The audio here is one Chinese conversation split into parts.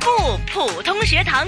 普通学堂。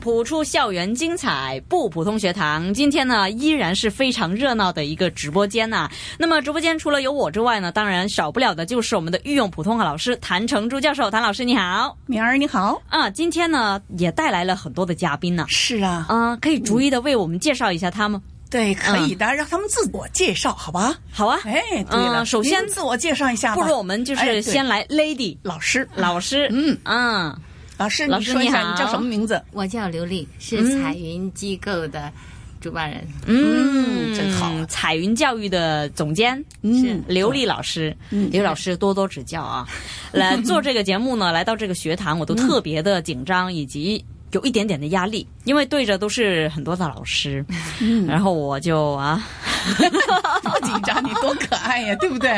普出校园精彩，不普通学堂。今天呢，依然是非常热闹的一个直播间呐、那么直播间除了有我之外呢，当然少不了的就是我们的御用普通话老师谭成珠教授。谭老师你好敏儿你好，啊，今天呢也带来了很多的嘉宾呢、是啊，啊，可以逐一的为我们介绍一下他们。对，可以的，让他们自我介绍，好吧？好啊，哎，对了，嗯首先您自我介绍一下吧。不如我们就是哎对先来 Lady、老师，老师，嗯嗯，老师，老你师说一你下好你叫什么 名字？我叫刘丽，是彩云机构的主办人。嗯，真好啊彩云教育的总监嗯刘丽老师，刘老师多多指教 啊。来做这个节目呢，来到这个学堂，嗯我都特别的紧张，以及。有一点点的压力，因为对着都是很多的老师，嗯然后我就啊，不紧张，你多可爱呀，对不对？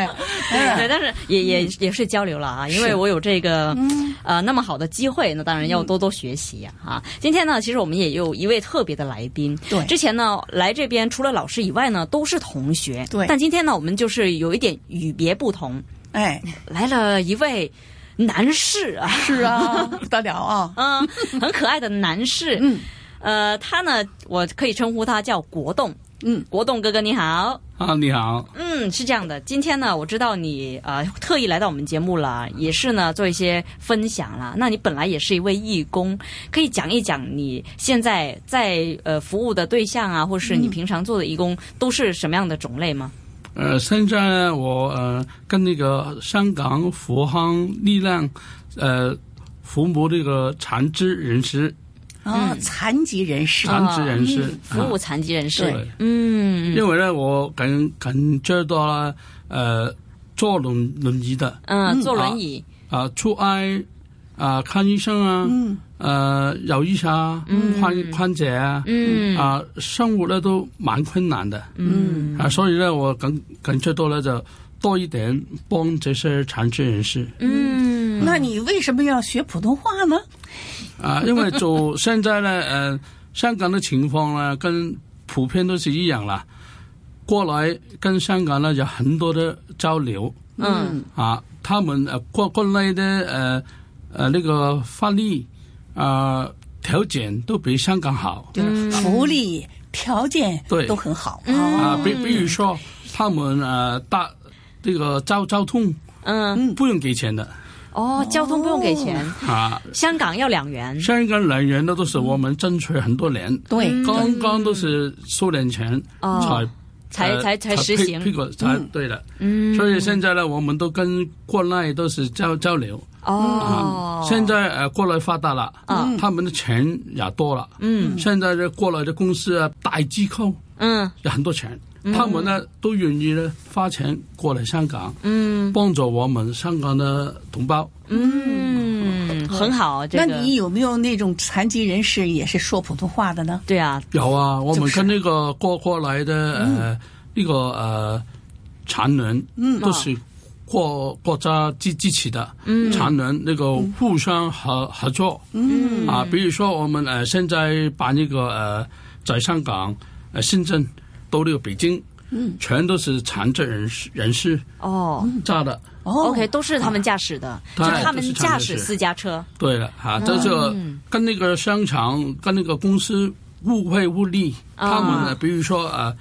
对，嗯嗯但是也也也是交流了啊，因为我有这个呃那么好的机会，那当然要多多学习呀啊。今天呢，其实我们也有一位特别的来宾，对之前呢来这边除了老师以外呢都是同学，对但今天呢我们就是有一点与别不同，哎，来了一位男士啊，是 啊，不得了啊，嗯， 很可爱的男士，嗯，呃，他呢我可以称呼他叫国栋，嗯，国栋哥哥你好。啊，你好，嗯，是这样的，今天呢，我知道你呃特意来到我们节目了，也是呢做一些分享啦。那你本来也是一位义工，可以讲一讲你现在在呃服务的对象啊，或是你嗯平常做的义工都是什么样的种类吗？呃，现在呢，我呃跟那个香港福康力量，呃，服务这个残疾人士，嗯啊，残疾人士，残疾人士啊啊服务残疾人士，对嗯因为呢，我感感觉到了，呃，坐轮轮椅的嗯，坐轮椅，啊、出爱啊、看医生啊，嗯呃，有医生啊，患患者啊，嗯啊、生活呢都蛮困难的，嗯啊，所以呢，我感感觉到了就多一点帮这些残疾人士。嗯那你为什么要学普通话呢？啊，因为就现在呢，呃，香港的情况呢，跟普遍都是一样啦。过来跟香港呢有很多的交流嗯啊，他们呃国国内的呃呃那个法律啊、呃、条件都比香港好嗯就是福利条件对都很好啊，嗯啊，比比如说他们呃大这个交交通嗯，不用给钱的哦，交通不用给钱，啊，香港要两元，香港人员呢都是我们争取很多年，对，刚刚都是数年前嗯哦才。才呃才才实推行推广才对的。嗯，所以现在呢，我们都跟国内都是交交流啊。哦，现在呃，国内发达了，嗯他们的钱也多了，嗯现在这国内的公司啊，大机构嗯有很多钱，他们呢都愿意呢花钱过来香港，嗯帮助我们香港的同胞。嗯，很好，这那个你有没有那种残疾人士也是说普通话的呢？对啊，有啊，我们就是跟那个过过来的呃那个呃常人，嗯，都是国国家支支持的，嗯，常人那个互相合合作，嗯啊，比如说我们呃现在把那个呃在香港、呃深圳到那个北京，嗯，全都是残疾人士人士哦炸的，哦，OK，都是他们驾驶的，就对他都们是常驾见驶事私家车，对了啊，嗯这就跟那个商场、跟那个公司互惠互利。啊他们呢，比如说呃，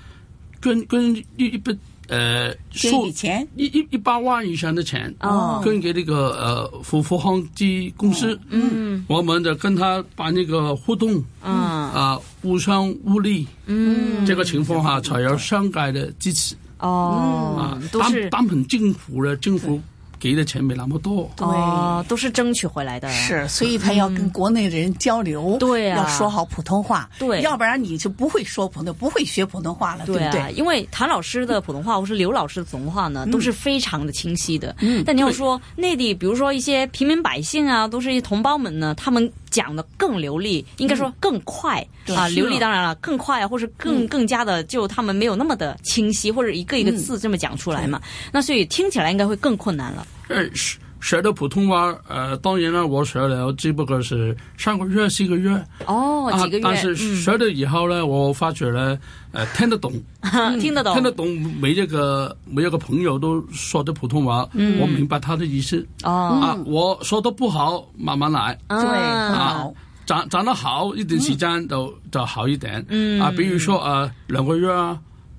跟跟一一笔呃捐数一笔钱一一一百万以上的钱，哦捐给那个呃福福康基公司，嗯我们的跟他把那个互动嗯啊、互相互利，嗯，这个情况下才有商界的支持哦啊，。都单是单凭政府呢，政府给的钱没那么多。哦，都是争取回来的，是，所以他要跟国内的人交流，对啊要说好普通话，对要不然你就不会说普通，不会学普通话了，对对不啊，对？因为谭老师的普通话或是刘老师的普通话呢，都是非常的清晰的。嗯，但你要说内地，比如说一些平民百姓啊，都是一些同胞们呢，他们讲的更流利，应该说更快、嗯啊，是啊流利当然了，更快啊，或是更更加的，就他们没有那么的嗯清晰，或者一个一个字这么讲出来嘛，那所以听起来应该会更困难了。呃，是学的普通话，呃，当然了，我学了只不过是三个月、四个月哦，几个月，啊，但是学了以后呢，我发觉呢，呃，听得懂，嗯 听得懂，听得懂每一个每一个朋友都说的普通话，嗯我明白他的意思。哦，啊，我说的不好，慢慢来。对，很啊好，长长得好一段时间就、就好一点。嗯啊，比如说啊，两个月啊，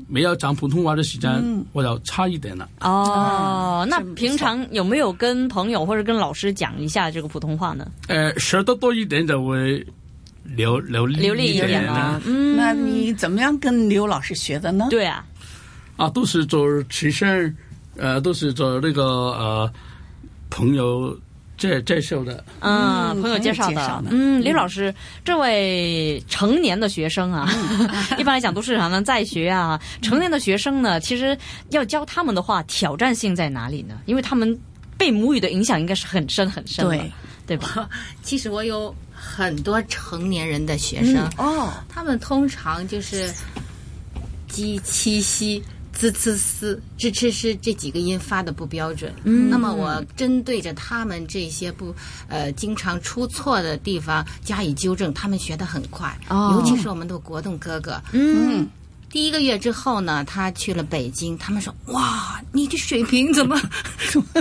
没有讲普通话的时间，嗯我就差一点了。哦，那平常有没有跟朋友或者跟老师讲一下这个普通话呢？呃，学得多一点就会流流利流利一点啊点了了，。嗯，那你怎么样跟刘老师学的呢？对啊，啊，都是做慈善，呃，都是做那个呃朋友介介绍的。嗯，嗯朋友介绍朋友介绍的的。嗯，刘老师，这位成年的学生啊， 一般来讲都是啥呢？在学啊，成年的学生呢，其实要教他们的话，挑战性在哪里呢？因为他们被母语的影响应该是很深很深了对，对吧？其实我有很多成年人的学生，哦，他们通常就是鸡、七夕、滋、呲、丝、支、吃、诗这几个音发的不标准。嗯，那么我针对着他们这些不呃经常出错的地方加以纠正，他们学得很快。哦尤其是我们的国栋哥哥，嗯，第一个月之后呢，他去了北京，他们说：“哇，你这水平 怎么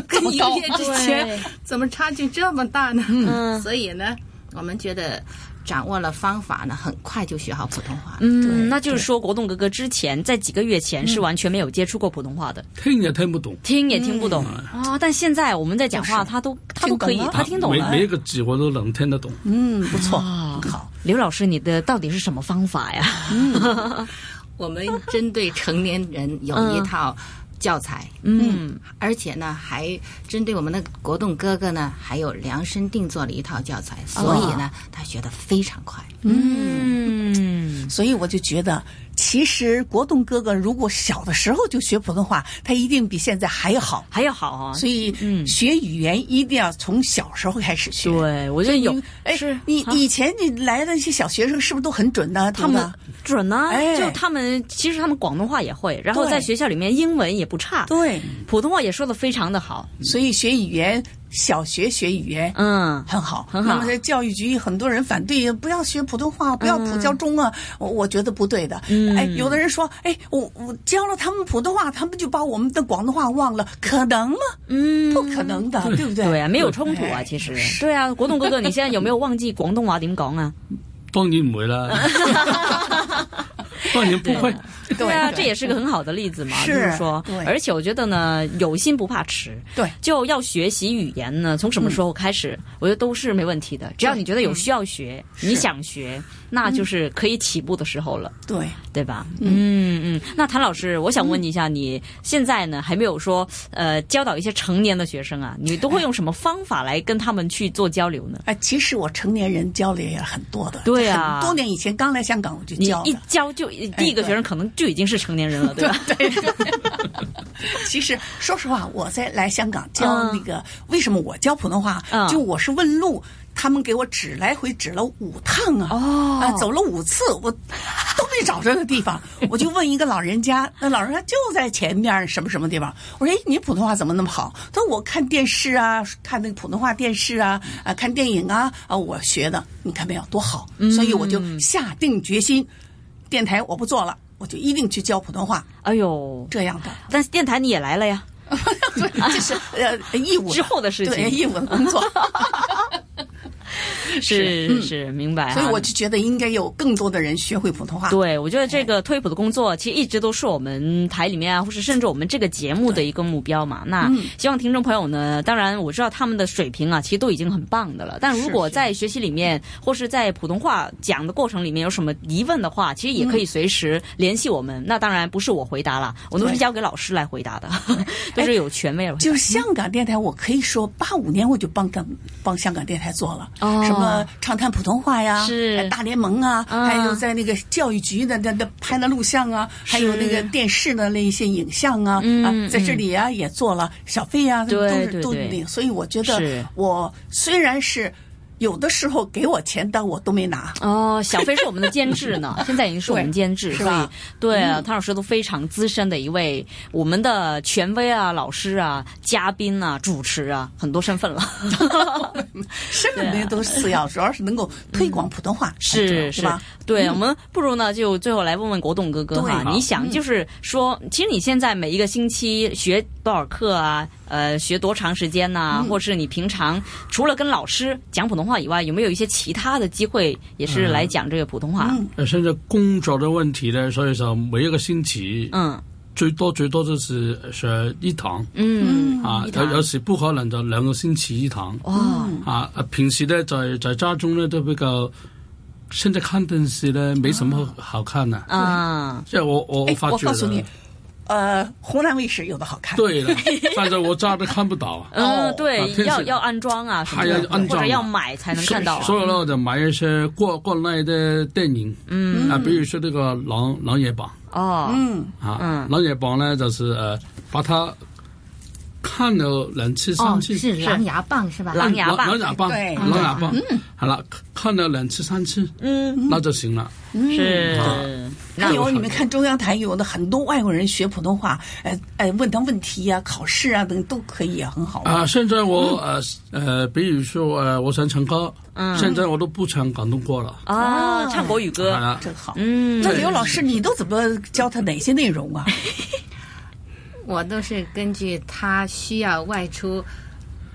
跟一个月之前对怎么差距这么大呢？”嗯所以呢，我们觉得掌握了方法呢，很快就学好普通话。嗯，那就是说，国栋哥哥之前在几个月前是完全没有接触过普通话的，听也听不懂，听也听不懂啊。但现在我们在讲话，他都他都可以听懂，了他听懂每了。啊每一个字我都能听得懂。嗯，不错，啊好，刘老师，你的到底是什么方法呀？我们针对成年人有一套教材，嗯，而且呢，还针对我们的国栋哥哥呢，还有量身定做了一套教材，所以哦呢，他学得非常快。嗯，所以我就觉得，其实国栋哥哥如果小的时候就学普通话，他一定比现在还要好。还要好啊。所以嗯，学语言一定要从小时候开始学。对，我觉得有因为，哎，是你啊以前你来的那些小学生是不是都很准呢？他他们们准呢、哎就他们其实他们广东话也会，然后对在学校里面英文也不差，对，普通话也说的非常的好。所以学语言，小学学语言。嗯，很好，很好那么在教育局，很多人反对，不要学普通话，不要普教中啊，我嗯我觉得不对的。哎，有的人说，哎，我我教了他们普通话，他们就把我们的广东话忘了，可能吗？嗯不可能的，对不对？对啊，没有冲突啊，哎其实对啊，国栋哥哥，你现在有没有忘记广东话点讲啊？当然唔会 啦，当然不会。对啊，对这也是个很好的例子嘛，就是是说对，而且我觉得呢，有心不怕迟，对就要学习语言呢，从什么时候开始，我觉得都是没问题的，只要你觉得有需要学，嗯你想学，那就是可以起步的时候了。对。对吧？嗯嗯，那谭老师，我想问一下，你现在呢还没有说呃教导一些成年的学生啊，你都会用什么方法来跟他们去做交流呢？哎，其实我成年人教了也很多的，对啊很多年以前刚来香港我就你教一的。教就第一个对学生可能就已经是成年人了，对吧？对，其实说实话，我在来香港教嗯那个，为什么我教普通话？嗯就我是问路，他们给我指来回指了五趟啊，哦啊，走了五次，我都没找着那地方。我就问一个老人家，那老人家就在前面什么什么地方。我说：“哎，你普通话怎么那么好？”他说：“我看电视啊，看那个普通话电视啊，啊，看电影啊，啊，我学的。你看没有，多好！嗯所以我就下定决心，电台我不做了。”我就一定去教普通话，哎呦，这样的，但是电台你也来了呀，这是呃义务的之后的事情对义务的工作， 是是明白啊。所以我就觉得应该有更多的人学会普通话。对，我觉得这个推普的工作其实一直都是我们台里面啊，或是甚至我们这个节目的一个目标嘛。那嗯希望听众朋友呢，当然我知道他们的水平啊，其实都已经很棒的了。但如果在学习里面或是在普通话讲的过程里面有什么疑问的话，其实也可以随时联系我们。那当然不是我回答啦，我都是对哎交给老师来回答的， 都是有权威来回答就是香港电台，我可以说八五年我就帮港帮香港电台做了，哦什么畅谈普通话呀，是哎大联盟啊，嗯还有在那个教育局的那那拍的录像啊，还有那个电视的那一些影像啊，嗯啊嗯在这里啊也做了小费啊，对都对是都对那个，所以我觉得是我虽然是。有的时候给我钱，但我都没拿。哦，小飞是我们的监制 呢，现在已经是我们监制，对所是吧嗯以对啊，汤老师都非常资深的一位我们的权威啊、老师啊、嘉宾啊、主持啊，很多身份 了。是对啊那都是次要，主要是能够推广普通话，是是是吧？，嗯对，我们不如呢，就最后来问问国栋哥哥哈，对啊嗯你想就是说，其实你现在每一个星期学多少课啊？呃，学多长时间呐、嗯或是你平常除了跟老师讲普通话以外，有没有一些其他的机会也是来讲这个普通话？嗯呃，现在工作的问题呢，所以说每一个星期嗯最多最多就是学一堂、嗯，啊一，堂有有时不可能就兩個星期一堂哇，啊。呃平時呢，在在家中呢都比較，現在看電視呢沒什麼好看啊。啊，即係我我哎發我覺告诉你哎了，，呃，湖南卫视有的好看，對了，但是我家都看不到啊。嗯，啊对，天要使要安装啊什么还要的，安或装者啊要买才能 看到、啊。所以呢，我就買一些國國內的電影，嗯啊，比如說呢個《狼狼也榜》哦，嗯，啊，嗯狼也榜》呢就是呃把它看了兩次三哦，次。哎是狼牙棒是吧？狼牙棒狼牙棒，啊对狼牙棒，好了，看了两次、三次，嗯，哎那就行了。是。还有哎你们看中央台有的很多外国人学普通话，哎哎，问他问题呀、考试啊等都可以，很好玩。啊，现在我呃呃，比如说呃，我想唱歌，现在我都不唱广东歌了，啊，唱国语歌好，了，真好。嗯，那刘老师，你都怎么教他哪些内容啊？我都是根据他需要外出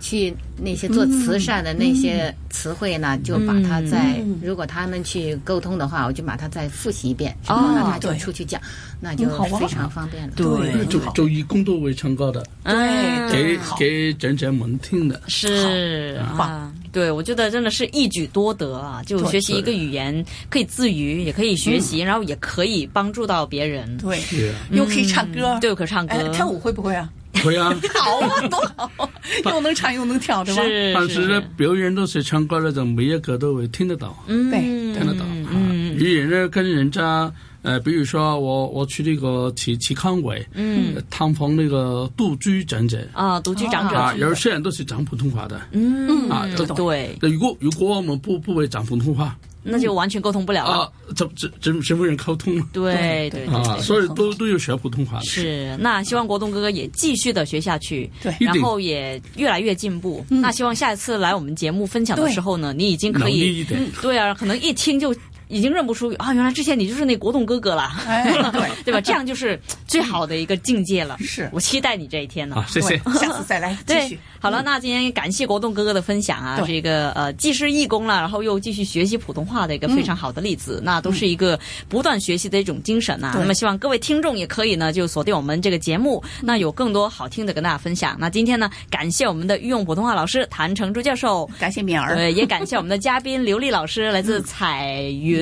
去那些做慈善的那些词汇呢，就把它再、嗯如果他们去沟通的话，我就把它再复习一遍，哦然后他就对出去讲，那就嗯好啊非常方便了。呃对就好就义工都会唱歌的，嗯给好给长者们听的。是棒啊，对，我觉得真的是一举多得啊！就对学习一个语言，可以自娱，也可以学嗯习，然后也可以帮助到别人。对，对啊，又可以唱歌，嗯对，可唱歌哎，，跳舞会不会啊？会啊， 好啊，多好啊，又能唱又能跳，对吧？是但是是呢，表演都是唱歌呢，就每一个都会听得到，嗯，听得到。嗯啊嗯，语言呢，跟人家呃，比如说我我去那个去去康伟，嗯，探访那个独居长者啊，独居长啊，者，有些人都是讲普通话的，嗯啊这，对，那如果如果我们不不会讲普通话那就完全沟通不了了。啊，怎怎怎怎么人沟通啊？对哦对对，啊，所以都都要学普通话的。是，那希望国栋哥哥也继续的学下去，对然一定后也越来越进步。那希望下一次来我们节目分享的对时候呢，你已经可努力以一点，对啊，可能一听就已经认不出啊，原来之前你就是那国栋哥哥了，哎对 对吧？这样就是最好的一个境界了。是我期待你这一天呢好，。啊谢谢。下次再来继对续。，好了，那今天感谢国栋哥哥的分享啊，对这个呃，既是义工了，然后又继续学习普通话的一个非常好的例子，那都是一个不断学习的一种精神啊。对那么希望各位听众也可以呢，就锁定我们这个节目，那有更多好听的跟大家分享。那今天呢，感谢我们的御用普通话老师谭成珠教授。感谢敏儿，呃，也感谢我们的嘉宾刘丽老师，来自彩云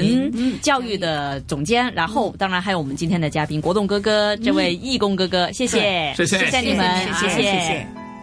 教育的总监，然后当然还有我们今天的嘉宾国栋哥哥，这位义工哥哥，谢谢，是谢谢谢你们，谢谢谢谢。